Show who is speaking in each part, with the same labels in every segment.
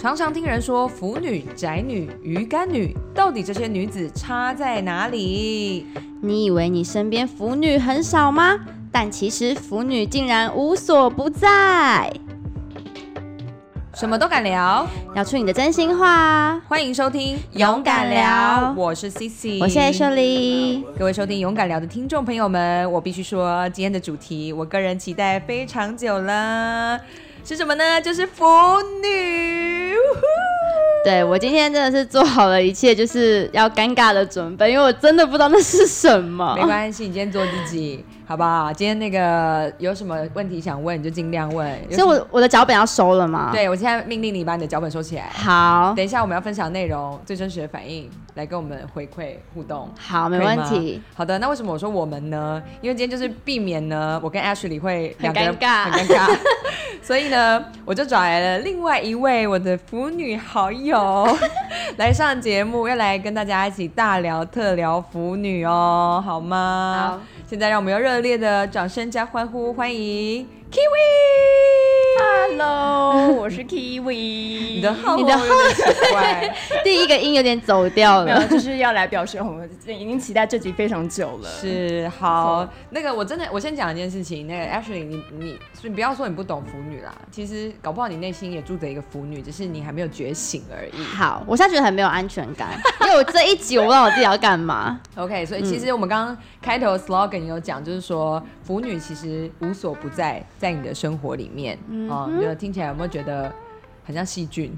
Speaker 1: 常常听人说腐女、宅女、鱼干女，到底这些女子差在哪里？
Speaker 2: 你以为你身边腐女很少吗？但其实腐女竟然无所不在，
Speaker 1: 什么都敢聊，
Speaker 2: 聊出你的真心话啊！
Speaker 1: 欢迎收听《
Speaker 2: 勇敢聊
Speaker 1: 我是 Cici，
Speaker 2: 我是 Ashley，
Speaker 1: 各位收听《勇敢聊》的听众朋友们，我必须说，今天的主题我个人期待非常久了，是什么呢？就是腐女。呜呼
Speaker 2: 对我今天真的是做好了一切就是要尴尬的准备，因为我真的不知道那是什么
Speaker 1: 没。关系，你今天做自己，好不好？今天那个有什么问题想问，你就尽量问。有
Speaker 2: 所以
Speaker 1: 什么
Speaker 2: 我我的脚本要收了吗？，
Speaker 1: 对我现在命令你把你的脚本收起来。
Speaker 2: 好，
Speaker 1: 等一下我们要分享内容，最真实的反应来跟我们回馈互动。
Speaker 2: 好，没问题。。
Speaker 1: 好的，那为什么我说我们呢？因为今天就是避免呢，我跟 Ashley 会两个人
Speaker 2: 很尴尬
Speaker 1: 很尴尬。 所以呢，我就找来了另外一位我的腐女好友来上节目，要来跟大家一起大聊特聊腐女哦，好吗？
Speaker 2: 好，
Speaker 1: 现在让我们用热烈的掌声加欢呼，欢迎 Kiwi。
Speaker 3: Hello，我是
Speaker 1: 你
Speaker 3: Kiwi，
Speaker 1: 的号
Speaker 2: 你的
Speaker 1: 有点奇怪，
Speaker 2: 第一个音有点走掉
Speaker 3: 没有
Speaker 2: 了，
Speaker 3: 就是要来表示我们已经期待这集非常久了。
Speaker 1: 是好，那个我真的，我先讲一件事情。那个 Ashley，你你所以不要说你不懂腐女啦，其实搞不好你内心也住着一个腐女，只是你还没有觉醒而已。
Speaker 2: 好，我现在觉得很没有安全感，因为我这一集我不知道我自己要干嘛。
Speaker 1: OK，所以其实我们刚刚开头的 slogan 有讲，就是说腐女其实无所不在，在你的生活里面。嗯、哦，你觉得听起来有没有觉得很像细菌？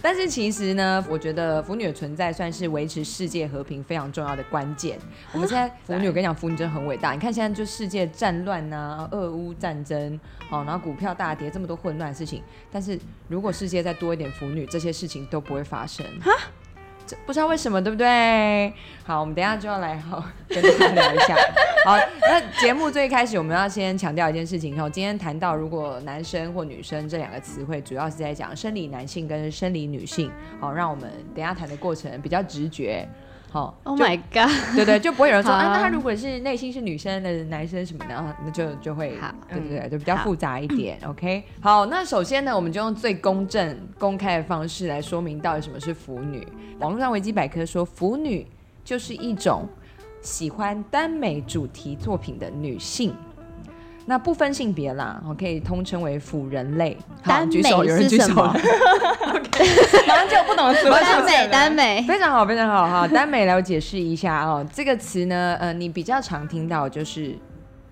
Speaker 1: 但是其实呢，我觉得腐女的存在算是维持世界和平非常重要的关键。我们现在腐 女，我跟你讲，腐女真的很伟大。你看现在就世界战乱啊，俄乌战争，哦，然后股票大跌，这么多混乱的事情。但是如果世界再多一点腐女，这些事情都不会发生。哈，这不知道为什么，对不对？好，我们等一下就要来好跟大家聊一 下。好，那节目最开始我们要先强调一件事情哦，今天谈到如果男生或女生这两个词汇，主要是在讲生理男性跟生理女性。好，让我们等一下谈的过程比较直觉。好
Speaker 2: Oh
Speaker 1: 就
Speaker 2: my god！
Speaker 1: 对对，就不会有人说
Speaker 2: 好
Speaker 1: 啊，那他如果是内心是女生的男生什么的，啊那就就会
Speaker 2: 好，
Speaker 1: 对对对，
Speaker 3: 嗯
Speaker 1: 就比较
Speaker 2: 好
Speaker 1: 复杂一点。OK，好，那首先呢，我们就用最公正、公开的方式来说明到底什么是腐女。网络上维基百科说，腐女就是一种喜欢耽美主题作品的女性。那不分性别啦，我可以通称为腐人类。好，
Speaker 2: 耽
Speaker 1: 举手，
Speaker 2: 美
Speaker 1: 有人
Speaker 2: 是
Speaker 1: 举
Speaker 2: 什
Speaker 1: 手
Speaker 2: 么
Speaker 1: 了。
Speaker 3: 马上就有不懂的词汇出
Speaker 2: 耽美，
Speaker 3: 现了
Speaker 2: 耽美，
Speaker 1: 非常好，非常好哈。耽美来我解释一下哦， 这个词呢，呃，你比较常听到就是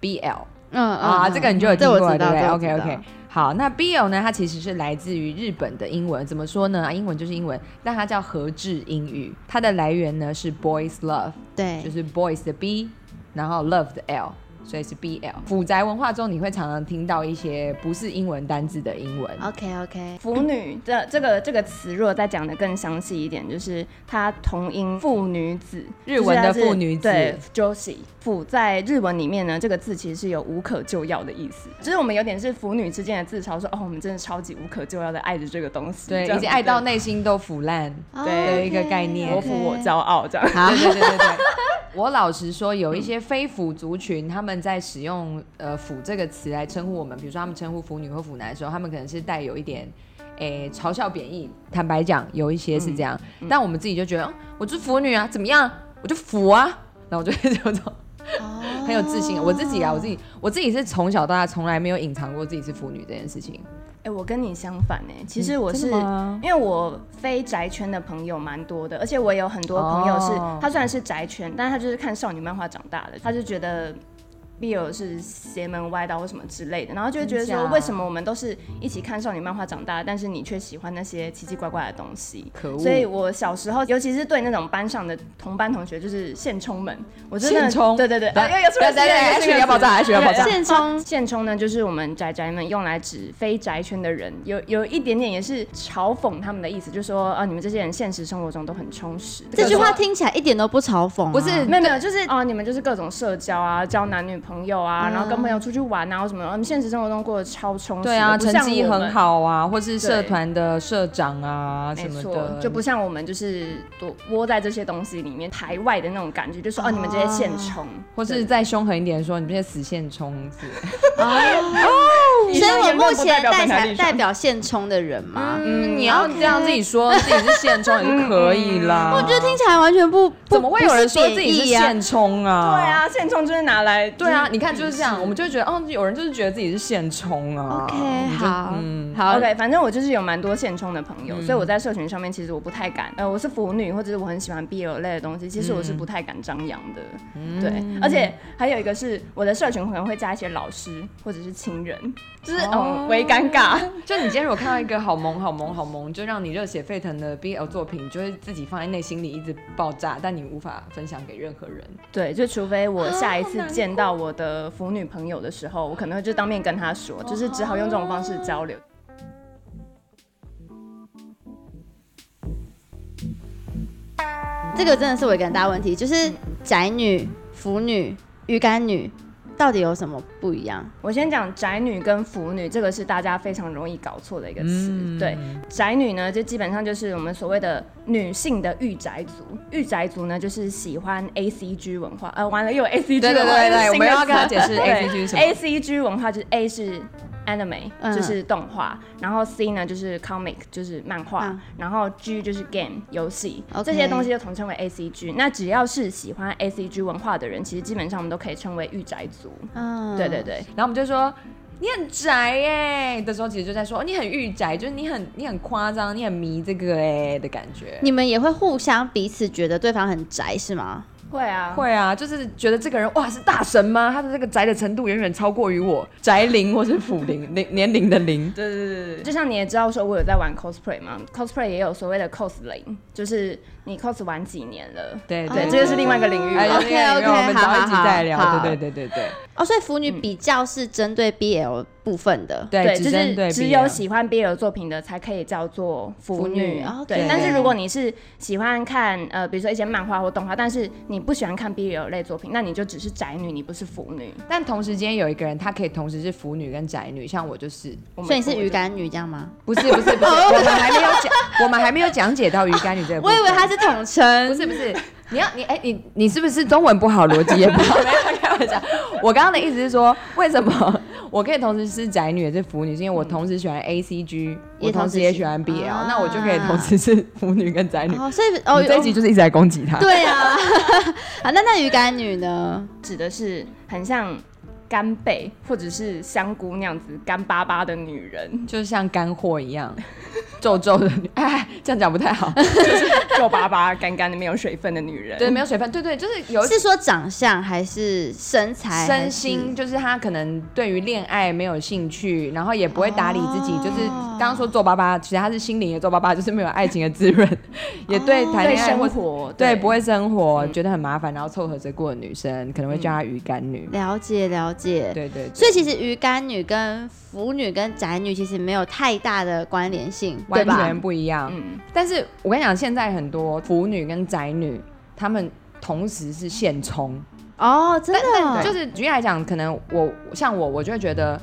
Speaker 1: BL
Speaker 2: 嗯
Speaker 1: 啊，这个你就有听
Speaker 2: 这我
Speaker 1: 过了，
Speaker 2: 知
Speaker 1: 对
Speaker 2: 道
Speaker 1: 不对
Speaker 2: 这我知
Speaker 1: ？OK
Speaker 2: 道
Speaker 1: OK。好，那 BL 呢，它其实是来自于日本的英文，怎么说呢？啊英文就是英文，但它叫和制英语，它的来源呢是 boys love，就
Speaker 2: 对，
Speaker 1: 是 boys 的 B，然后 love 的 L。所以是 BL，腐
Speaker 2: 哦
Speaker 1: 宅文化中你会常常听到一些不是英文单字的英文，
Speaker 2: OK OK，
Speaker 3: 腐女这这个这个词，如果再讲的更详细一点，就是它同音妇女子，
Speaker 1: 日文的妇女子
Speaker 3: 就是它是对 j o s i 腐在日文里面呢，这个字其实是有无可救药的意思，就是我们有点是腐女之间的自嘲说哦，我们真的超级无可救药的爱着这个东西，
Speaker 1: 对，
Speaker 3: 这样
Speaker 1: 已
Speaker 3: 子
Speaker 1: 经爱到内心都腐烂。
Speaker 3: 对
Speaker 2: 哦
Speaker 1: 一个概念
Speaker 3: 我腐我骄傲这样。
Speaker 2: 好
Speaker 1: 对对对对 对。我老实说，有一些非腐族群，他们在使用呃“腐”这个词来称呼我们，比如说他们称呼腐女或腐男的时候，他们可能是带有一点。诶，嘲笑贬义，坦白讲，有一些是这样，但我们自己就觉得，嗯我就是腐女啊，怎么样，我就腐啊，然后我就 会有种很有自信。我自己啊，我自己，我自己是从小到大从来没有隐藏过自己是腐女这件事情。
Speaker 3: 哎、我跟你相反哎、其实我
Speaker 1: 真的
Speaker 3: 是、
Speaker 1: 吗
Speaker 3: 因为我非宅圈的朋友蛮多的，而且我有很多朋友是，
Speaker 1: 哦
Speaker 3: 他虽然是宅圈，但是他就是看少女漫画长大的，他就觉得 BL 是邪门歪道或什么之类的，然后就会觉得
Speaker 1: 真
Speaker 3: 说，
Speaker 1: 假
Speaker 3: 为什么我们都是一起看少女漫画长大的，但是你却喜欢那些奇奇怪怪的东西？
Speaker 1: 可恶！
Speaker 3: 所以我小时候，尤其是对那种班上的同班同学，就是现充们，我真的
Speaker 1: 现充
Speaker 3: 对对对，
Speaker 1: 等
Speaker 3: 啊，又又出来
Speaker 1: 等等等
Speaker 3: 新的
Speaker 1: ，Ashley 要爆炸，Ashley 要爆炸
Speaker 2: 现充
Speaker 3: 现充呢，就是我们宅宅们用来指非宅圈的人，有有一点点也是嘲讽他们的意思，就说啊，你们这些人现实生活中都很充实。
Speaker 2: 这句话听起来一点都不嘲讽啊，
Speaker 1: 不是
Speaker 3: 没有没有，就是啊，你们就是各种社交
Speaker 1: 嗯
Speaker 3: 啊，交男女朋友啊，
Speaker 2: 嗯
Speaker 3: 然后跟朋友出去玩啊，什么，我们现实生活中过得超充
Speaker 1: 哦
Speaker 3: 实，
Speaker 1: 对啊，
Speaker 3: 不
Speaker 1: 成
Speaker 3: 像
Speaker 1: 绩
Speaker 3: 我们
Speaker 1: 很。好啊，或是社
Speaker 3: 对
Speaker 1: 团的社长啊
Speaker 3: 没
Speaker 1: 什么
Speaker 3: 错
Speaker 1: 的，，
Speaker 3: 就不像我们就是躲窝在这些东西里面排外的那种感觉，就说哦、啊，你们这些现充，
Speaker 1: 或是
Speaker 3: 对
Speaker 1: 再凶狠一点说，你们这些死线冲子。
Speaker 2: 哦，
Speaker 3: 以
Speaker 2: 所以
Speaker 3: 上
Speaker 2: 我
Speaker 3: 言
Speaker 2: 目
Speaker 3: 论不代
Speaker 2: 前
Speaker 3: 表
Speaker 2: 代
Speaker 3: 本台
Speaker 2: 表
Speaker 3: 立
Speaker 2: 代
Speaker 3: 场。
Speaker 2: 表现充的人嘛，
Speaker 1: 嗯，你要这样自己说嗯自己是现充也是可以啦。
Speaker 2: 我觉得听起来完全不，不
Speaker 1: 怎么会有人说自己是？
Speaker 2: 不贬义啊
Speaker 1: 现充啊？
Speaker 3: 对，啊，现充就是拿来
Speaker 1: 对啊，你看就是这样，我们就会觉得，哦，有人就是觉得自己是现充啊。
Speaker 2: OK，
Speaker 1: 你就
Speaker 2: 好
Speaker 1: 嗯，
Speaker 2: 好
Speaker 3: OK，反正我就是有蛮多现充的朋友，所以我在社群上面其实我不太敢，呃，我是腐女或者是我很喜欢 BL 类的东西，其实我是不太敢张扬的，
Speaker 1: 嗯
Speaker 3: 对。而且还有一个是我的社群可能会加一些老师或者是亲人，就是
Speaker 1: 哦
Speaker 3: 嗯微尴尬，
Speaker 1: 就你今天如果看到一个好萌、好萌、好萌，就让你热血沸腾的 BL 作品，你就会自己放在内心里一直爆炸，但你无法分享给任何人。
Speaker 3: 对，就除非我下一
Speaker 1: 好
Speaker 3: 次
Speaker 1: 难过
Speaker 3: 见到我的腐女朋友的时候，我可能会就当面跟她说，就是只好用这种方式交流。
Speaker 2: 这个真的是我一个很大问题，
Speaker 1: 嗯
Speaker 2: 就是宅女、腐女、鱼干女到底有什么不一样？
Speaker 3: 我先讲宅女跟腐女，这个是大家非常容易搞错的一个词。
Speaker 1: 嗯
Speaker 3: 对，宅女呢，就基本上就是我们所谓的女性的御宅族。御宅族呢，就是喜欢 A C G 文化。呃，完了又有 A C G
Speaker 1: 对
Speaker 3: 文
Speaker 1: 对
Speaker 3: 化，
Speaker 1: 对对，
Speaker 3: 又是
Speaker 1: 我
Speaker 3: 新
Speaker 1: 们
Speaker 3: 的
Speaker 1: 要跟他
Speaker 3: 词
Speaker 1: 解释 A C G 是什么
Speaker 3: A C G 文化就是 A 是 anime，、
Speaker 2: 嗯
Speaker 3: 就是动画，然后 C 呢就是 comic，就是漫画，
Speaker 2: 嗯
Speaker 3: 然后 G 就是 game 游戏
Speaker 2: OK
Speaker 3: 这些东西就统称为 A C G。那只要是喜欢 A C G 文化的人，其实基本上我们都可以称为御宅族。
Speaker 2: 嗯，
Speaker 3: 对对。对，
Speaker 1: 然后我们就说你很宅哎、的时候，其实就在说、哦、你很御宅，就是你很你很夸张，你很迷这个哎、的感觉。
Speaker 2: 你们也会互相彼此觉得对方很宅是吗？
Speaker 3: 会啊，
Speaker 1: 会啊，就是觉得这个人哇是大神吗？他的这个宅的程度远远超过于我宅龄或是腐龄年年龄的龄。
Speaker 3: 对对对对，就像你也知道，说我有在玩 cosplay 嘛，cosplay 也有所谓的 cos 零，就是你 cos 玩几年了。
Speaker 1: 对
Speaker 3: 对，
Speaker 1: 对，
Speaker 3: 这个是另外一个领域
Speaker 1: 哎
Speaker 3: 了。
Speaker 2: OK，OK，
Speaker 1: 那个我们
Speaker 2: 好
Speaker 1: 找一
Speaker 2: 好
Speaker 1: 集再聊。
Speaker 2: 好
Speaker 1: 对对对对对
Speaker 2: 哦，所以腐女比较是针对 BL 部分的。
Speaker 1: 嗯对，
Speaker 3: 就
Speaker 1: 针对啊
Speaker 3: 是只
Speaker 1: BL
Speaker 3: 有喜欢 BL 作品的才可以叫做腐
Speaker 2: 腐
Speaker 3: 女
Speaker 2: 女。，OK
Speaker 3: 对，但是如果你是喜欢看呃，比如说一些漫画或动画，但是你不喜欢看 BL 类作品，那你就只是宅女，你不是腐女。
Speaker 1: 但同时间有一个人，他可以同时是腐女跟宅女，像我就是。
Speaker 3: 我们
Speaker 2: 所以你是
Speaker 3: 我
Speaker 2: 鱼干女这样吗？
Speaker 1: 不是不是不是，我们还没有讲，我们还没有讲解到鱼干女这个部
Speaker 2: 我
Speaker 1: 分。
Speaker 2: 以为她是统称。
Speaker 1: 不是不是，你要你哎、你你是不是中文不好，逻辑也不 好？没有开玩笑，我刚刚的意思是说，为什么我可以同时是宅女也是腐女？是因为我同时喜欢 A C G，
Speaker 2: 也
Speaker 1: 我
Speaker 2: 同
Speaker 1: 同
Speaker 2: 时
Speaker 1: 时也喜欢 B L，、
Speaker 2: 啊
Speaker 1: 那我就可以同时是腐女跟宅女。
Speaker 2: 哦，所以哦，
Speaker 1: 你这一集
Speaker 2: 哦
Speaker 1: 就是一直在攻击他。
Speaker 2: 对啊， 啊，那那鱼干女呢？
Speaker 3: 指的是很像干贝或者是香菇那样子干巴巴的女 人，
Speaker 1: 就是像干货一样， 皱皱的女，哎，这样讲不太 好。
Speaker 3: 肉巴巴、干干的、没有水分的女人。
Speaker 1: 对，没有水分，对对，就是有一
Speaker 2: 是说长相还是身材？还
Speaker 1: 身
Speaker 2: 是
Speaker 1: 心，就是他可能对于恋爱没有兴趣，然后也不会打理自己，
Speaker 2: 哦
Speaker 1: 就是刚刚说皱巴巴，其实他是心灵的皱巴巴，就是没有爱情的滋润，也对
Speaker 2: 哦
Speaker 1: 谈
Speaker 3: 对
Speaker 1: 恋爱
Speaker 3: 生
Speaker 1: 或
Speaker 3: 活，
Speaker 1: 对不会生活，
Speaker 2: 嗯
Speaker 1: 觉得很麻烦，然后凑合着过的女生，可能会叫她鱼干女。
Speaker 2: 了解了解。
Speaker 1: 对对
Speaker 2: 嗯所
Speaker 1: 对，
Speaker 2: 以其实鱼干女跟腐女跟宅女其实没有太大的关联性，对
Speaker 1: 完
Speaker 2: 吧
Speaker 1: 全？不一样。
Speaker 3: 嗯，
Speaker 1: 但是我跟你讲，现在很多腐女跟宅女，她们同时是现充。
Speaker 2: 哦，真的哦，
Speaker 1: 就是举例来讲，可能我像我，我就会觉得，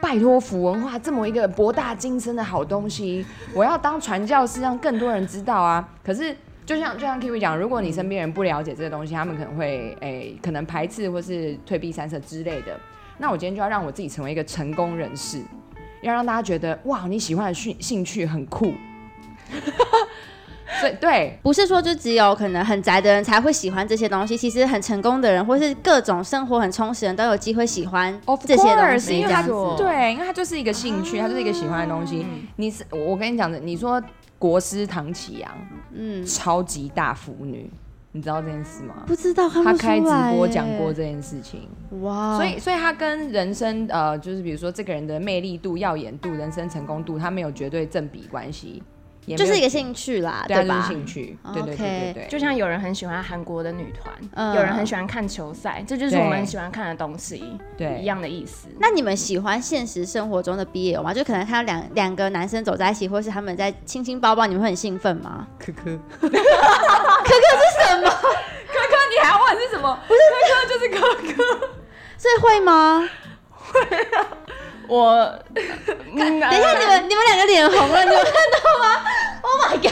Speaker 1: 拜托，福文化这么一个博大精深的好东西，我要当传教士，让更多人知道啊。可是就像就像 Kiwi 讲，如果你身边人不了解这个东西，他们可能会诶、可能排斥或是退避三舍之类的。那我今天就要让我自己成为一个成功人士，要让大家觉得哇，你喜欢的兴兴趣很酷。 所以对，
Speaker 2: 不是说就只有可能很宅的人才会喜欢这些东西，其实很成功的人或是各种生活很充实的人都有机会喜欢
Speaker 1: Of
Speaker 2: 这些东
Speaker 1: course，
Speaker 2: 西，
Speaker 1: 因
Speaker 2: 这
Speaker 1: 为它
Speaker 2: 样
Speaker 1: 是
Speaker 2: 子。
Speaker 1: 对，因为它就是一个兴趣，它就是一个喜欢的东西。你是我我跟你讲的，你说国师唐启阳
Speaker 2: 嗯，
Speaker 1: 超级大腐女，你知道这件事吗？
Speaker 2: 不知道
Speaker 1: 他
Speaker 2: 他
Speaker 1: 开直播讲过这件事情，
Speaker 2: 哇，
Speaker 1: 所以所以他跟人生呃，就是比如说这个人的魅力度、耀眼度、人生成功度，他没有绝对正比关系，也没
Speaker 2: 就
Speaker 1: 有
Speaker 2: 是一个兴趣啦，
Speaker 1: 对啊，就
Speaker 2: 吧？
Speaker 1: 是兴趣，对对对对
Speaker 2: OK
Speaker 1: 对，
Speaker 3: 就像有人很喜欢韩国的女团，
Speaker 2: 嗯
Speaker 3: 有人很喜欢看球赛，这就是我们
Speaker 1: 对
Speaker 3: 喜欢看的东西，
Speaker 1: 对
Speaker 3: 一样的意思。
Speaker 2: 那你们喜欢现实生活中的 BL 吗？就可能看到两两个男生走在一起，或是他们在亲亲抱抱，你们会很兴奋吗？
Speaker 1: 科科，科科是什么？科科，你还要问是什么？不是科科就是科科。
Speaker 2: 所以会吗？
Speaker 3: 我，等一啊
Speaker 2: 等一下，你们你们两个脸红了，你们看到吗？Oh my god！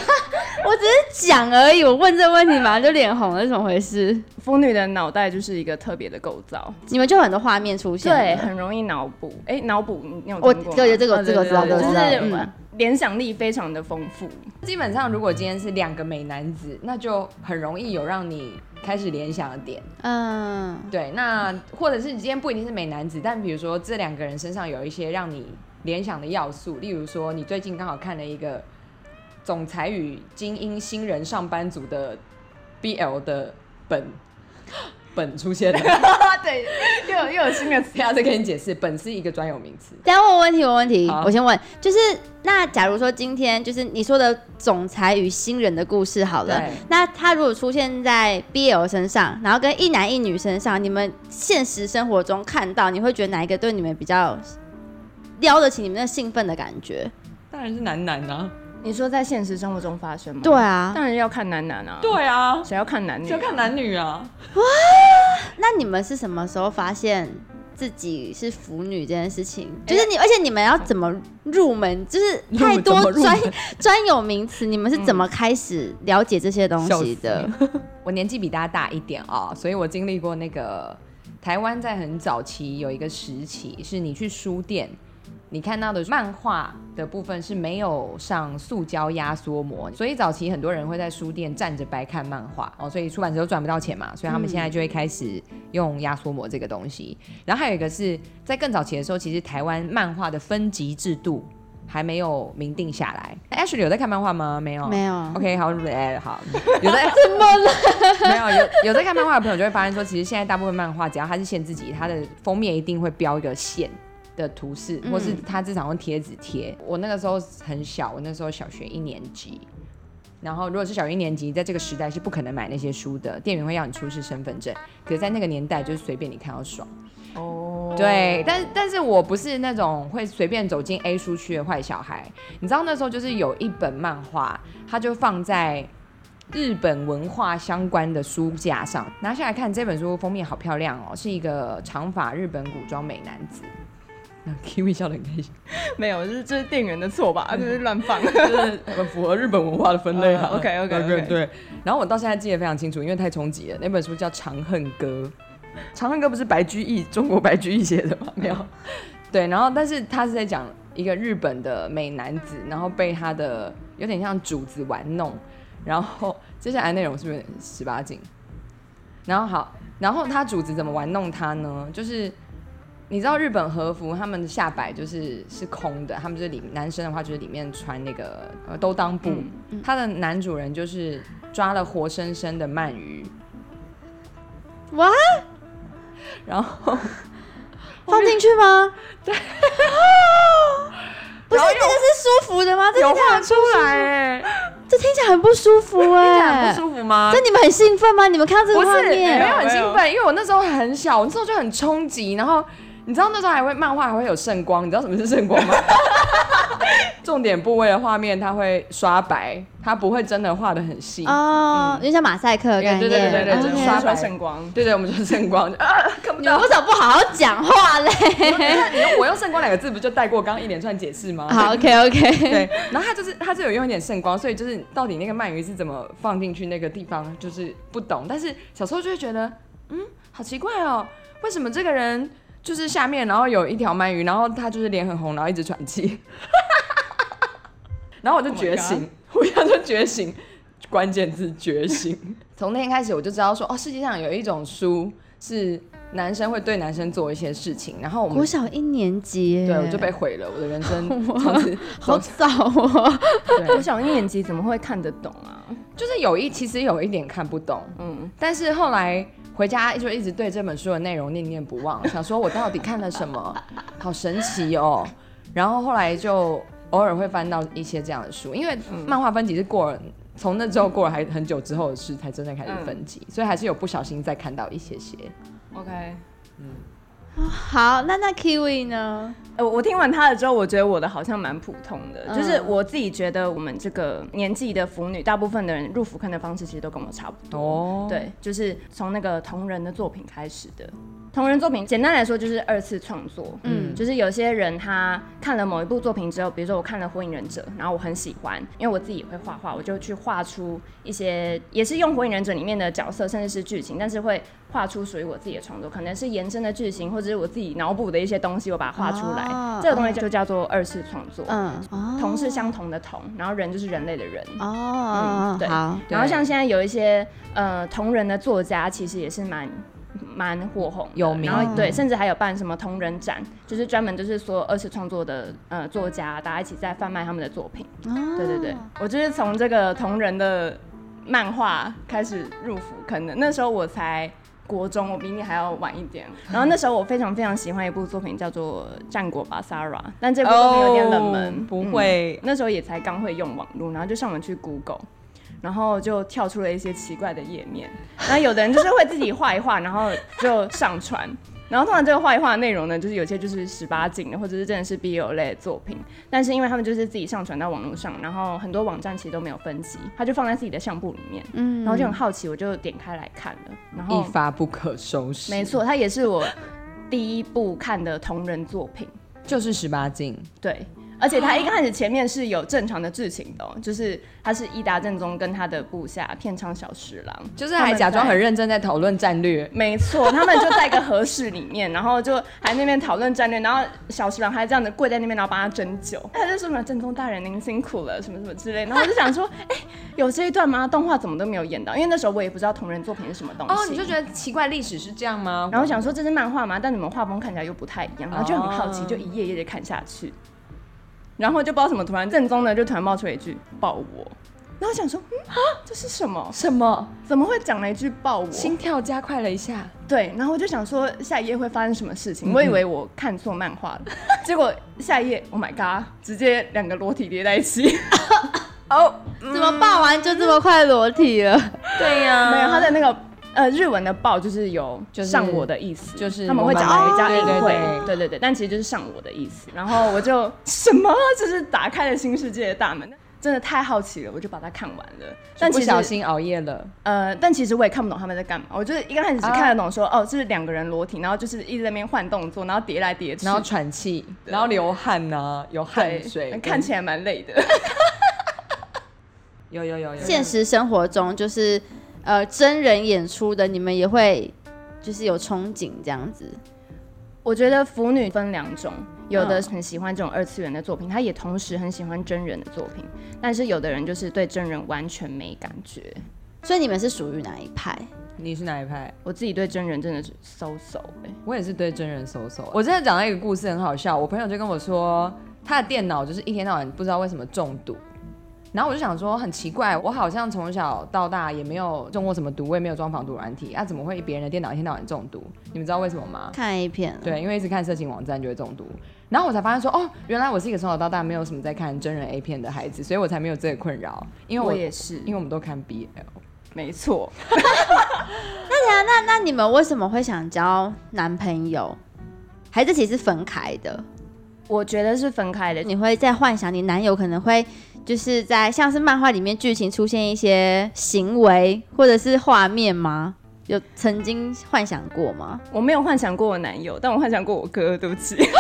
Speaker 2: 我只是讲而已，我问这问题马上就脸红了，是怎么回事？
Speaker 3: 腐女的脑袋就是一个特别的构造，
Speaker 2: 你们就有很多画面出现了，
Speaker 3: 对，啊很容易脑补。哎、脑补你你有
Speaker 2: 我
Speaker 3: 听过
Speaker 2: 哦
Speaker 3: 吗？
Speaker 2: 对这个这个我知道，
Speaker 1: 对
Speaker 2: 这个
Speaker 3: 就
Speaker 2: 我知道，嗯
Speaker 3: 是啊联想力非常的丰富。
Speaker 1: 基本上，如果今天是两个美男子，那就很容易有让你开始联想的点。
Speaker 2: 嗯，
Speaker 1: 对，那或者是今天不一定是美男子，但比如说这两个人身上有一些让你联想的要素，例如说你最近刚好看了一个《总裁与精英新人上班族》的 BL 的本本出现了，
Speaker 3: 对，又有又有新的词
Speaker 1: 等一下再跟你解释，本是一个专有名词。
Speaker 2: 等一下问我问题，我问题
Speaker 1: 好，
Speaker 2: 我先问，就是那假如说今天就是你说的总裁与新人的故事好了
Speaker 1: 对，
Speaker 2: 那他如果出现在 BL 身上，然后跟一男一女身上，你们现实生活中看到，你会觉得哪一个对你们比较撩得起你们的兴奋的感觉？
Speaker 1: 当然是男男啊，
Speaker 3: 你说在现实生活中发生吗？
Speaker 2: 对，啊，
Speaker 3: 当然要看男男啊。，
Speaker 1: 对啊，
Speaker 3: 谁要看男女、
Speaker 1: 就看。男女啊。
Speaker 2: 那你们是什么时候发现自己是腐女这件事情？
Speaker 1: 哎
Speaker 2: 就是你，而且你们要怎么入门？就是
Speaker 1: 入
Speaker 2: 太多
Speaker 1: 门怎么入
Speaker 2: 专
Speaker 1: 门
Speaker 2: 专有名词，你们是怎么开始了解这些东西
Speaker 1: 嗯
Speaker 2: 的？
Speaker 1: 我年纪比大家大一点啊、所以我经历过那个台湾在很早期有一个时期，是你去书店，你看到的漫画的部分是没有上塑胶压缩膜，所以早期很多人会在书店站着白看漫画哦，所以出版社都赚不到钱嘛，所以他们现在就会开始用压缩膜这个东西。然后还有一个是在更早期的时候，其实台湾漫画的分级制度。还没有明定下来。Ashley 有在看漫画吗？没有，
Speaker 2: 没有
Speaker 1: OK，好，哎、 好，有在怎么了？ 没有，有有在看漫画的朋友就会发现说，其实现在大部分漫画，只要它是限制级，它的封面一定会标一个线的图示，或是它至少用贴纸贴。我那个时候很小，我那时候小学一年级。然后，如果是小学一年级，在这个时代是不可能买那些书的，店员会要你出示身份证。可是在那个年代，就是随便你看到爽。
Speaker 3: 哦，
Speaker 1: 对，但但是我不是那种会随便走进 A 书区的坏小孩。你知道那时候就是有一本漫画，它就放在日本文化相关的书架上，拿下来看这本书封面好漂亮哦，是一个长发日本古装美男子。 那 Kiwi 笑得很开心，
Speaker 3: 没有，就是这、是店员的错吧？就是乱放。
Speaker 1: 就是符合日本文化的分类啊。
Speaker 3: 嗯，OK，OK，OK
Speaker 1: 对对。然后我到现在记得非常清楚，因为太冲击了。那本书叫《长恨歌》，《长恨歌》不是白居易中国白居易写的吗？没有。对，然后但是他是在讲一个日本的美男子，然后被他的有点像主子玩弄，然后接下来内容是不是有点十八禁？然后好，然后他主子怎么玩弄他呢？就是你知道日本和服他们的下摆就是是空的，他们就是里男生的话就是里面穿那个呃兜裆布，
Speaker 2: 嗯
Speaker 1: 他的男主人就是抓了活生生的鳗鱼，
Speaker 2: 哇，
Speaker 1: 然后
Speaker 2: 放进去吗？ 不是，
Speaker 1: 然后
Speaker 2: 这个是舒服的吗？这
Speaker 1: 有
Speaker 2: 听起
Speaker 1: 画
Speaker 2: 来
Speaker 1: 出来哎、
Speaker 2: 这听起来很不 舒服哎、
Speaker 1: 不舒服吗？
Speaker 2: 这你们很兴奋吗？你们看到这
Speaker 1: 不
Speaker 2: 个画
Speaker 1: 是，没有
Speaker 2: 面，
Speaker 1: 很兴奋，因为我那时候很小，我那时候就很冲击，然后你知道那时候还会漫画还会有圣光，你知道什么是圣光吗？ 重点部位的画面它会刷白，它不会真的画的很细。
Speaker 2: 哦，有点像马赛克的概念，
Speaker 1: 嗯对对对对对
Speaker 3: 就是
Speaker 2: OK
Speaker 1: 刷
Speaker 3: 刷
Speaker 1: 白
Speaker 3: 圣光。
Speaker 1: 对对，我们就是圣光， 就啊，看不
Speaker 2: 你们
Speaker 1: 到。
Speaker 2: 为什么不好好讲话嘞？
Speaker 1: 你用我用圣光两个字，不就带过刚刚一连串解释吗？
Speaker 2: 好，OK OK，
Speaker 1: 对，然后他就是他是有用一点圣光，所以就是到底那个鳗鱼是怎么放进去那个地方，就是不懂。但是小时候就会觉得，嗯，好奇怪哦，为什么这个人就是下面然后有一条鳗鱼，然后他就是脸很红，然后一直喘气， 然后我就
Speaker 3: Oh my
Speaker 1: 觉醒，我一下就觉醒，关键字觉醒。 从那天开始我就知道说，哦，世界上有一种书是男生会对男生做一些事情，然后我
Speaker 2: 国
Speaker 1: 们。
Speaker 2: 小一年级耶，
Speaker 1: 对，我就被毁了，我的人 生从此
Speaker 2: 好早哦，
Speaker 1: 对
Speaker 3: 我想一年级怎么会看得懂啊？
Speaker 1: 就是有一其实有一点看不懂，
Speaker 3: 嗯，
Speaker 1: 但是后来回家就一直对这本书的内容念念不忘，想说我到底看了什么，好神奇哦。然后后来就偶尔会翻到一些这样的书，因为漫画分级是过了。从那之后过了还很久之后的事，才真的开始分
Speaker 3: 嗯
Speaker 1: 级，所以还是有不小心再看到一些些。
Speaker 3: OK，哎、
Speaker 2: 好，那那 Kiwi 呢？
Speaker 3: 呃，我听完他的之后，我觉得我的好像蛮普通的，
Speaker 2: 嗯
Speaker 3: 就是我自己觉得我们这个年纪的腐女，大部分的人入腐坑的方式其实都跟我差不多。
Speaker 1: 哦，
Speaker 3: 对，就是从那个同人的作品开始的。同人作品简单来说就是二次创作，嗯，就是有些人他看了某一部作品之后，比如说我看了《火影忍者》，然后我很喜欢，因为我自己也会画画，我就去画出一些也是用《火影忍者》里面的角色，甚至是剧情，但是会画出属于我自己的创作，可能是延伸的剧情，或者是我自己脑补的一些东西，我把它画出来。
Speaker 2: 哦
Speaker 3: 这个东西就叫做二次创作。
Speaker 2: 嗯，哦
Speaker 3: 同是相同的同，然后人就是人类的人。
Speaker 2: 哦，
Speaker 3: 对
Speaker 2: 好，
Speaker 1: 对
Speaker 3: 然后像现在有一些呃同人的作家，其实也是蛮蛮火红的，
Speaker 1: 有名
Speaker 3: 然后对，甚至还有办什么同人展，就是专门就是所有二次创作的呃作家，大家一起在贩卖他们的作品。
Speaker 2: 啊
Speaker 3: 对对
Speaker 2: 哦
Speaker 3: 对，我就是从这个同人的漫画开始入府坑的，那时候我才。国中，我比你还要晚一 点。然后那时候我非常非常喜欢一部作品，叫做《战国吧 Sara》，但这部作品有点冷门，
Speaker 1: 哦不
Speaker 3: 嗯
Speaker 1: 会
Speaker 3: 那时候也才刚会用网络，然后就上网去 Google，然后就跳出了一些奇怪的页面。那有的人就是会自己画一画，然后就上传。然后通常这个画一画的内容呢，就是有些就是十八禁的，或者是真的是 BL 类的作品。但是因为他们就是自己上传到网络上，然后很多网站其实都没有分级，他就放在自己的相簿里面。嗯，然后就很好奇，我就点开来看了。然后
Speaker 1: 一发不可收拾。
Speaker 3: 没，错，它也是我第一部看的同人作品。
Speaker 1: 就是十八禁。
Speaker 3: 对，而且他一开始前面是有正常的剧情的、哦，就是他是伊达正宗跟他的部下片仓小十郎，
Speaker 1: 就是还假装
Speaker 3: 他们在
Speaker 1: 很认真在讨论战略，
Speaker 3: 没错，他们就在一个和室里面，然后就还那边讨论战略，然后小十郎还这样子跪在那边，然后帮他斟酒，他就说什么正宗大人您辛苦了，什么什么之类，然后我就想说，哎、有这一段吗？动画怎么都没有演到，因为那时候我也不知道同人作品是什么东西。
Speaker 1: 哦，你就觉得奇怪，历史是这样吗？
Speaker 3: 然后我想说这是漫画嘛，但你们画风看起来又不太一样，然后就很好奇，
Speaker 1: 哦
Speaker 3: 就一页一页的看下去，然后就不知道怎么突然正宗呢就突然冒出了一句抱我，然后想说嗯啊这是什么？
Speaker 1: 什么
Speaker 3: 怎么会讲了一句抱我？
Speaker 1: 心跳加快了一下，
Speaker 3: 对，然后我就想说下一页会发生什么事情，我以为我看错漫画了，结果下一页 Oh my God，直接两个裸体叠在一起，
Speaker 2: 怎么抱完就这么快裸体了？
Speaker 1: 对呀
Speaker 3: 没有他的那个。呃，日文的抱就是有
Speaker 1: 就是
Speaker 3: 嗯上我的意思，
Speaker 1: 就是
Speaker 3: 他们会讲
Speaker 1: 我
Speaker 3: 来
Speaker 1: 们
Speaker 3: 加
Speaker 1: 对
Speaker 3: 隐
Speaker 1: 对
Speaker 3: 晦，
Speaker 1: 对
Speaker 3: 对对对，但其实就是上我的意思。然后我 就什么，就是打开了新世界的大门，真的太好奇了，我就把它看完了。但
Speaker 1: 不
Speaker 3: 其
Speaker 1: 小
Speaker 3: 实
Speaker 1: 心熬夜了，
Speaker 3: 呃，但其实我也看不懂他们在干嘛。我就是一开始只看得懂说，哦，这是两个人裸体，然后就是一直在那边换动作，然后叠来叠去，
Speaker 1: 然后喘气，然后流汗呐，有汗
Speaker 3: 对
Speaker 1: 水，
Speaker 3: 看起来蛮累的。
Speaker 1: 有有有有，
Speaker 2: 现实生活中就是呃真人演出的，你们也会就是有憧憬这样子。
Speaker 3: 我觉得腐女分两种，有的
Speaker 2: 嗯
Speaker 3: 很喜欢这种二次元的作品，她也同时很喜欢真人的作品，但是有的人就是对真人完全没感觉。
Speaker 2: 所以你们是属于哪一派？
Speaker 1: 你是哪一派？
Speaker 3: 我自己对真人真的是搜搜哎，
Speaker 1: 我也是对真人搜啊搜。我真的讲到一个故事很好笑，我朋友就跟我说，他的电脑就是一天到晚不知道为什么中毒。然后我就想说，很奇怪，我好像从小到大也没有中过什么毒，我也没有装防毒软体，啊，怎么会别人的电脑一天到晚中毒？你们知道为什么吗？
Speaker 2: 看 A 片，，
Speaker 1: 对，因为一直看色情网站就会中毒。然后我才发现说，哦，原来我是一个从小到大没有什么在看真人 A 片的孩子，所以我才没有这个困扰。因为我
Speaker 3: 我也是，
Speaker 1: 因为我们都看 BL，
Speaker 3: 没错，
Speaker 2: 那你们为什么会想交男朋友？还是其实是分开的？
Speaker 3: 我觉得是分开的。
Speaker 2: 你会在幻想你男友可能会就是在像是漫画里面剧情出现一些行为或者是画面吗？有曾经幻想过吗？
Speaker 3: 我没有幻想过我男友，但我幻想过我哥，对不起。
Speaker 1: 你哥，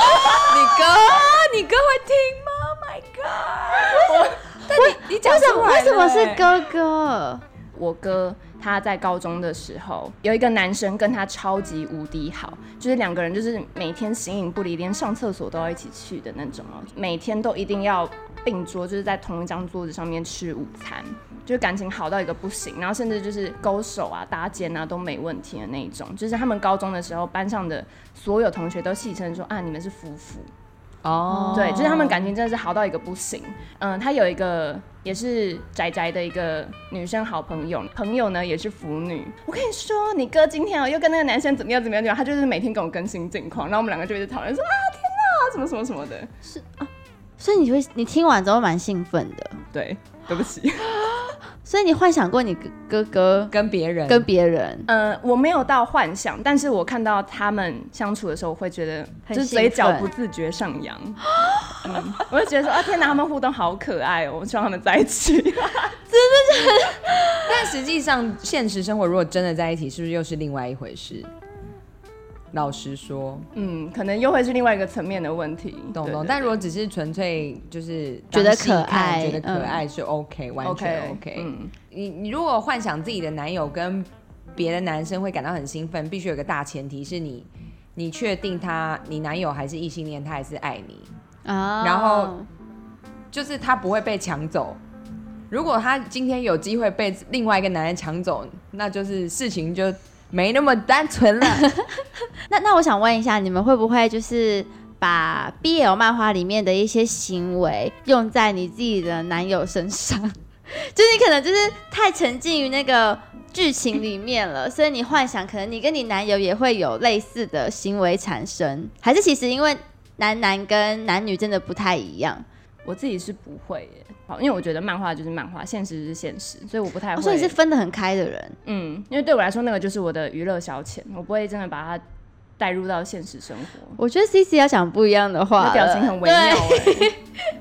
Speaker 1: 你哥会听吗？My God！但你你讲
Speaker 2: 为什
Speaker 1: 出
Speaker 2: 么
Speaker 1: 来
Speaker 2: 为什么
Speaker 1: 了
Speaker 2: 是
Speaker 1: 欸
Speaker 2: 哥哥？
Speaker 3: 我哥他在高中的时候有一个男生跟他超级无敌好，就是两个人就是每天形影不离，连上厕所都要一起去的那种哦，每天都一定要并桌，就是在同一张桌子上面吃午餐，就是感情好到一个不行，然后甚至就是勾手啊、搭肩啊都没问题的那一种。就是他们高中的时候，班上的所有同学都戏称说啊，你们是夫妇。
Speaker 1: 哦，
Speaker 3: 对，就是他们感情真的是好到一个不行。嗯，他有一个也是宅宅的一个女生好朋友，朋友呢也是腐女。我跟你说，你哥今天哦又跟那个男生怎么样怎么样怎么样，他就是每天跟我更新近况，然后我们两个就一直讨论说啊天哪，什么什么什么的。
Speaker 2: 所以你会你听完之后蛮兴奋的，
Speaker 3: 对，对不起，
Speaker 2: 所以你幻想过你哥哥哥
Speaker 1: 跟别人
Speaker 2: 跟别人，
Speaker 3: 嗯，我没有到幻想，但是我看到他们相处的时候，我会觉得
Speaker 2: 很
Speaker 3: 就是嘴角
Speaker 2: 兴奋
Speaker 3: 不自觉上扬。嗯，我就觉得说啊天哪，他们互动好可爱哦，我希望他们在一起。
Speaker 1: 但实际上现实生活如果真的在一起，是不是又是另外一回事？老实说，
Speaker 3: 嗯，可能又会是另外一个层面的问题。
Speaker 1: 懂
Speaker 3: 对
Speaker 1: 懂。
Speaker 3: 对
Speaker 1: 但
Speaker 3: 对
Speaker 1: 如果只是纯粹就是
Speaker 2: 觉得
Speaker 1: 当戏
Speaker 2: 可
Speaker 1: 看
Speaker 2: 爱
Speaker 1: 觉得可
Speaker 2: 嗯
Speaker 1: 爱是 OK，完全 OK。
Speaker 3: 嗯，
Speaker 1: 你你如果幻想自己的男友跟别的男生会感到很兴奋，必须有个大前提是你，你确定他你男友还是异性恋，他还是爱你，
Speaker 2: 啊
Speaker 1: 然后就是他不会被抢走。如果他今天有机会被另外一个男人抢走，那就是事情就没那么单纯了。
Speaker 2: 那那我想问一下，你们会不会就是把 BL 漫画里面的一些行为用在你自己的男友身上？ 就是你可能就是太沉浸于那个剧情里面了，所以你幻想可能你跟你男友也会有类似的行为产生，还是其实因为男男跟男女真的不太一样，
Speaker 3: 我自己是不会耶，好，因为我觉得漫画就是漫画，现实是现实，所以我不太
Speaker 2: 哦
Speaker 3: 会。
Speaker 2: 所以你是分得很开的人。
Speaker 3: 嗯，因为对我来说，那个就是我的娱乐消遣，我不会真的把它带入到现实生活。
Speaker 2: 我觉得 C C 要讲不一样的话
Speaker 3: 那
Speaker 2: 了，
Speaker 3: 表情很微妙
Speaker 2: 对
Speaker 3: 哎，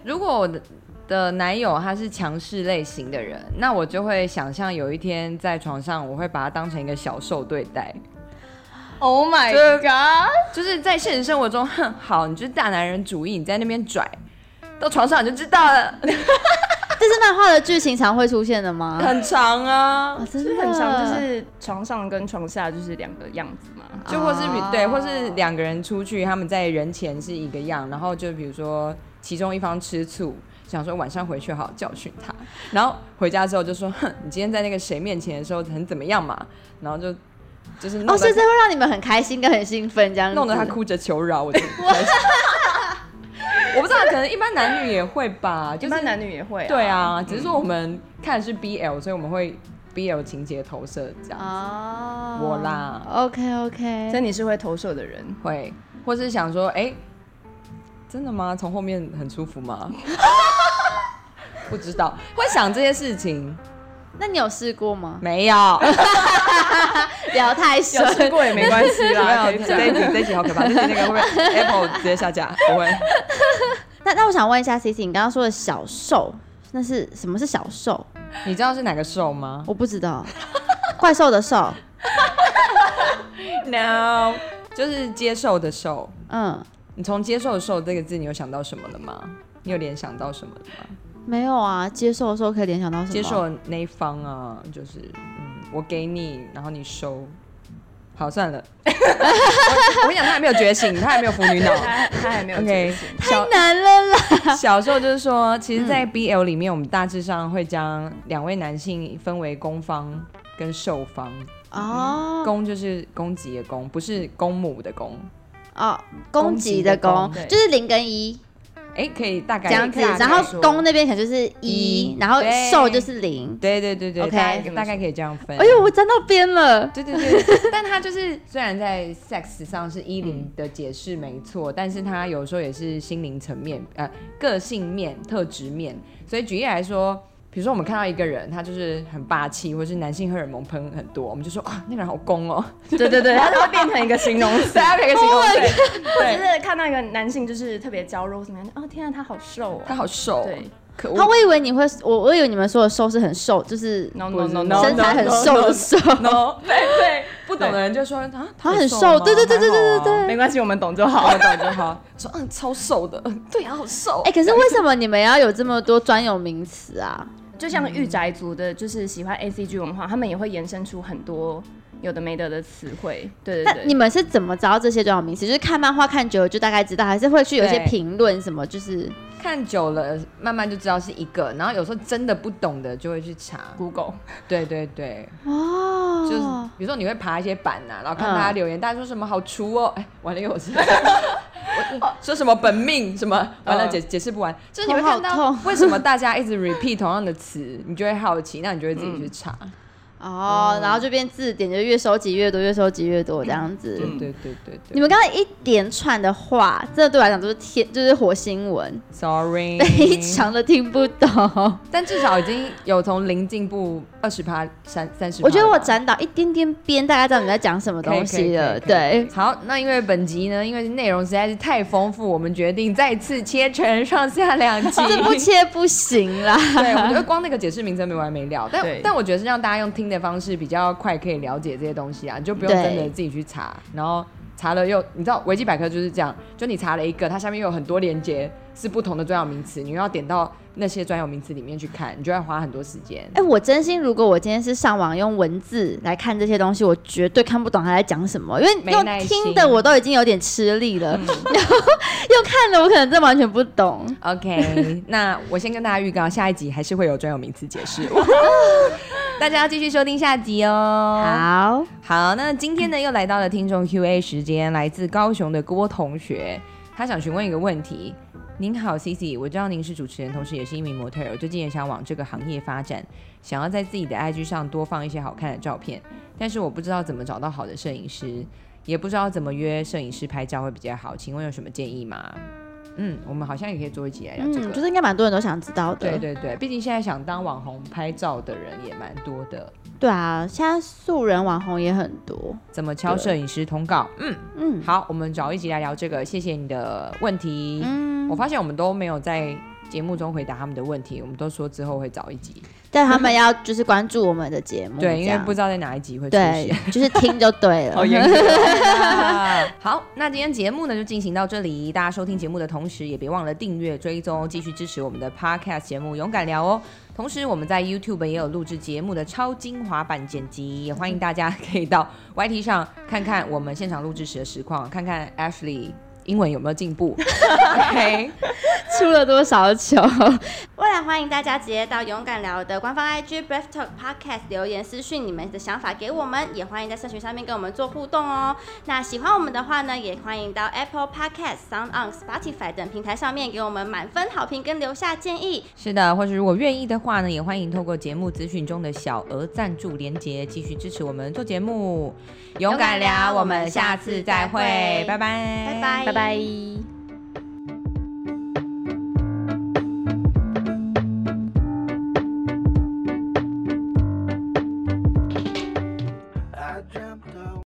Speaker 1: 如果我的的男友他是强势类型的人，那我就会想象有一天在床上，我会把他当成一个小受对待。
Speaker 3: Oh my god！
Speaker 1: 就是在现实生活中，哼，好，你就是大男人主义，你在那边拽，到床上你就知道了，
Speaker 2: 这是漫画的剧情常会出现的吗？
Speaker 1: 很长啊
Speaker 2: 哦，，真
Speaker 3: 就是
Speaker 2: 的
Speaker 3: 很常就是床上跟床下就是两个样子嘛。
Speaker 1: 就或是比
Speaker 2: 哦
Speaker 1: 对，或是两个人出去，他们在人前是一个样，然后就比如说其中一方吃醋。想说晚上回去好好教训他，然后回家之后就说：“哼，你今天在那个谁面前的时候很怎么样嘛？”然后就就是弄
Speaker 2: 哦，所
Speaker 1: 得
Speaker 2: 以这会让你们很开心跟很兴奋，这样子
Speaker 1: 弄得他。哭着求饶，我就我不知道，可能一般男女也会吧，
Speaker 3: 一
Speaker 1: 就是
Speaker 3: 般男女也会、
Speaker 1: 对，啊，只是说我们看的是 BL，所以我们会 BL 情节投射这样，
Speaker 2: 哦，
Speaker 1: 我啦
Speaker 2: OK
Speaker 3: 所
Speaker 2: OK，
Speaker 3: 以你是会投射的人。
Speaker 1: 会或是想说，哎、真的吗？从后面很舒服吗？不知道，会想这些事情
Speaker 2: 那你有试过吗？
Speaker 1: 没有？
Speaker 2: 聊太深
Speaker 3: 有，试过也没关系 啦，可
Speaker 1: 没
Speaker 3: 以
Speaker 1: 有，
Speaker 3: 讲
Speaker 1: 这一集这一集好可怕，这一集那个会不会 Apple 直接下架？不会，
Speaker 2: 那那我想问一下 C C，你刚刚说的小兽，那是什么是小兽？
Speaker 1: 你知道是哪个兽吗
Speaker 2: 我不知道，怪兽的兽，
Speaker 1: ？No，就是接受的受。
Speaker 2: 嗯，
Speaker 1: 你从接受的受这个字，你有想到什么了吗？你有联想到什么了吗？
Speaker 2: 没有啊，接受的时候可以联想到什么？
Speaker 1: 接受的那一方啊，就是嗯，我给你，然后你收。好，算了。 我我跟你讲，他还没有觉醒，他还没有腐女脑。
Speaker 3: 他他还没有
Speaker 1: OK，
Speaker 3: 觉醒
Speaker 1: 小
Speaker 2: 难了啦，
Speaker 1: 小时候就是说，其实，在 BL 里面，我们大致上会将两位男性分为攻方跟受方。
Speaker 2: 哦
Speaker 1: 攻就是攻击的攻，不是公母的公。
Speaker 2: 哦，攻击的
Speaker 1: 攻
Speaker 2: 攻
Speaker 3: 击的攻对
Speaker 2: 就是零跟一
Speaker 1: 哎，可以大概
Speaker 2: 这样子，
Speaker 1: 大概
Speaker 2: 然后
Speaker 1: 说
Speaker 2: 攻那边可能就是
Speaker 1: 一
Speaker 2: 一，然后
Speaker 1: 对
Speaker 2: 兽就是零。
Speaker 1: 对对对对
Speaker 2: OK
Speaker 1: 大概大概可以这样分。
Speaker 2: 哎呦，我沾到边了。
Speaker 1: 对对 对，但他就是虽然在 sex 上是依林的解释没错，但是他有时候也是心灵层面、呃个性面、特质面。所以举例来说，比如说我们看到一个人，他就是很霸气，或是男性荷尔蒙喷很多，我们就说啊，那个人好攻哦，
Speaker 3: 对对 对，他就会变成一个形容 词，
Speaker 1: 大家可以形容对，
Speaker 3: 或者
Speaker 1: 对
Speaker 3: 是看到一个男性就是特别娇柔怎么样，哦天啊，他好瘦
Speaker 1: 他
Speaker 3: 哦，
Speaker 1: 好瘦哦，
Speaker 3: 对
Speaker 1: 可
Speaker 2: 他
Speaker 1: 恶。
Speaker 2: 我以为你会，我我以为你们说的瘦是很瘦，就是
Speaker 3: ，no
Speaker 1: 不
Speaker 3: no
Speaker 1: 是
Speaker 3: no
Speaker 1: no，
Speaker 3: no，
Speaker 2: 身材很
Speaker 1: no，no，
Speaker 2: 瘦的瘦。
Speaker 1: no，对对，不懂的人就说啊，
Speaker 2: 他很
Speaker 1: 瘦
Speaker 2: 瘦
Speaker 1: 吗
Speaker 2: 对对对对对对，
Speaker 1: 还
Speaker 2: 对
Speaker 3: 没关系，我们懂就
Speaker 1: 好
Speaker 3: 好
Speaker 1: 啊我。懂就好。说嗯，超瘦的， 嗯对啊，好瘦。
Speaker 2: 哎、可是为什么你们要有这么多专有名词啊？
Speaker 3: 就像御宅族的，就是喜欢 A C G 文化，他们也会延伸出很多有的没的的词汇。对
Speaker 2: 那
Speaker 3: 对对，
Speaker 2: 你们是怎么找到这些专有名词？就是看漫画看久了就大概知道，还是会去有一些
Speaker 1: 对
Speaker 2: 评论什么？就是
Speaker 1: 看久了，慢慢就知道是一个，然后有时候真的不懂的就会去查。
Speaker 3: Google
Speaker 1: 对对对，
Speaker 2: 哦，
Speaker 1: 就是比如说你会爬一些板啊呐、然后看大家留言，大家说什么好厨哦， 哎，完了又我 是，
Speaker 2: 哦
Speaker 1: 我说什么本命什么，完了
Speaker 3: 嗯
Speaker 1: 解解释不完，就是你会
Speaker 2: 头好
Speaker 1: 看到
Speaker 2: 痛
Speaker 1: 为什么大家一直 repeat 同样的词，你就会好奇，那你就会自己去查。
Speaker 2: 嗯哦，然后就变字典，就越收集越多，越收集越多这样子。
Speaker 1: 对对对对嗯对
Speaker 2: 你们刚刚一连串的话，这对我来讲就是天，就是火星文，
Speaker 1: ，sorry，
Speaker 2: 非常的听不懂。
Speaker 1: 但至少已经有从零进步二十趴、三三十，
Speaker 2: 我觉得我沾到一点点边，大概知道你在讲什么
Speaker 1: 可以
Speaker 2: 东西了。。
Speaker 1: 可以可以
Speaker 2: 对
Speaker 1: 可以，好，那因为本集呢，因为内容实在是太丰富，我们决定再次切成上下两 集。
Speaker 2: 这不切不行 啦。
Speaker 1: 对，我觉得光那个解释名称没完没了，但
Speaker 3: 对
Speaker 1: 但我觉得是让大家用听的方式比较快可以了解这些东西啊，你就不用
Speaker 2: 对
Speaker 1: 真的自己去查，然后查了又你知道维基百科就是这样，就你查了一个，它下面又有很多连接是不同的专有名词，你又要点到那些专有名词里面去看，你就要花很多时间。
Speaker 2: 哎、我真心，如果我今天是上网用文字来看这些东西，我绝对看不懂他在讲什么，因为
Speaker 1: 没
Speaker 2: 用
Speaker 1: 耐心
Speaker 2: 听的我都已经有点吃力了， 然后用看的我可能真的完全不懂。
Speaker 1: OK，那我先跟大家预告，下一集还是会有专有名词解释，大家要继续收听下集哦。
Speaker 2: 好，
Speaker 1: 好，那今天呢又来到了听众 Q&A 时间，来自高雄的郭同学，他想询问一个问题。您好，Cici，我知道您是主持人，同时也是一名模特儿，我最近也想往这个行业发展，想要在自己的 IG 上多放一些好看的照片，但是我不知道怎么找到好的摄影师，也不知道怎么约摄影师拍照会比较好，请问有什么建议吗？嗯，我们好像也可以做一集来聊这个。
Speaker 2: 嗯，就是应该蛮多人都想知道的。
Speaker 1: 对对对，毕竟现在想当网红拍照的人也蛮多的。
Speaker 2: 对啊，现在素人网红也很多。
Speaker 1: 怎么敲摄影师通告？嗯，
Speaker 2: 嗯，
Speaker 1: 好，我们找一集来聊这个。谢谢你的问题。
Speaker 2: 嗯
Speaker 1: 我发现我们都没有在节目中回答他们的问题，我们都说之后会找一集。
Speaker 2: 但他们要就是关注我们的节 目，
Speaker 1: 对，因
Speaker 2: 这
Speaker 1: 为
Speaker 2: 样
Speaker 1: 不知道在哪一集会出
Speaker 2: 对
Speaker 1: 现。，
Speaker 2: 就是听就对 了。
Speaker 1: 格啊。哦好，那今天节目呢就进行到这里。大家收听节目的同时，也别忘了订阅、追踪，继续支持我们的 Podcast 节目《勇敢聊》哦。同时，我们在 YouTube 也有录制节目的超精华版剪辑，也欢迎大家可以到 YT 上看看我们现场录制时的实况，看看 Ashley 英文有没有进步。OK，
Speaker 2: 出了多少球？未来欢迎大家直接到勇敢聊的官方 IG Brave Talk Podcast 留言私讯你们的想法给我们，也欢迎在社群上面跟我们做互动哦。那喜欢我们的话呢，也欢迎到 Apple Podcast、Sound On、Spotify 等平台上面给我们满分好评跟留下建议。
Speaker 1: 是的，或是如果愿意的话呢，也欢迎透过节目资讯中的小额赞助连结，继续支持我们做节目。勇敢聊，我们下次再会，拜拜，
Speaker 2: 拜拜，拜拜。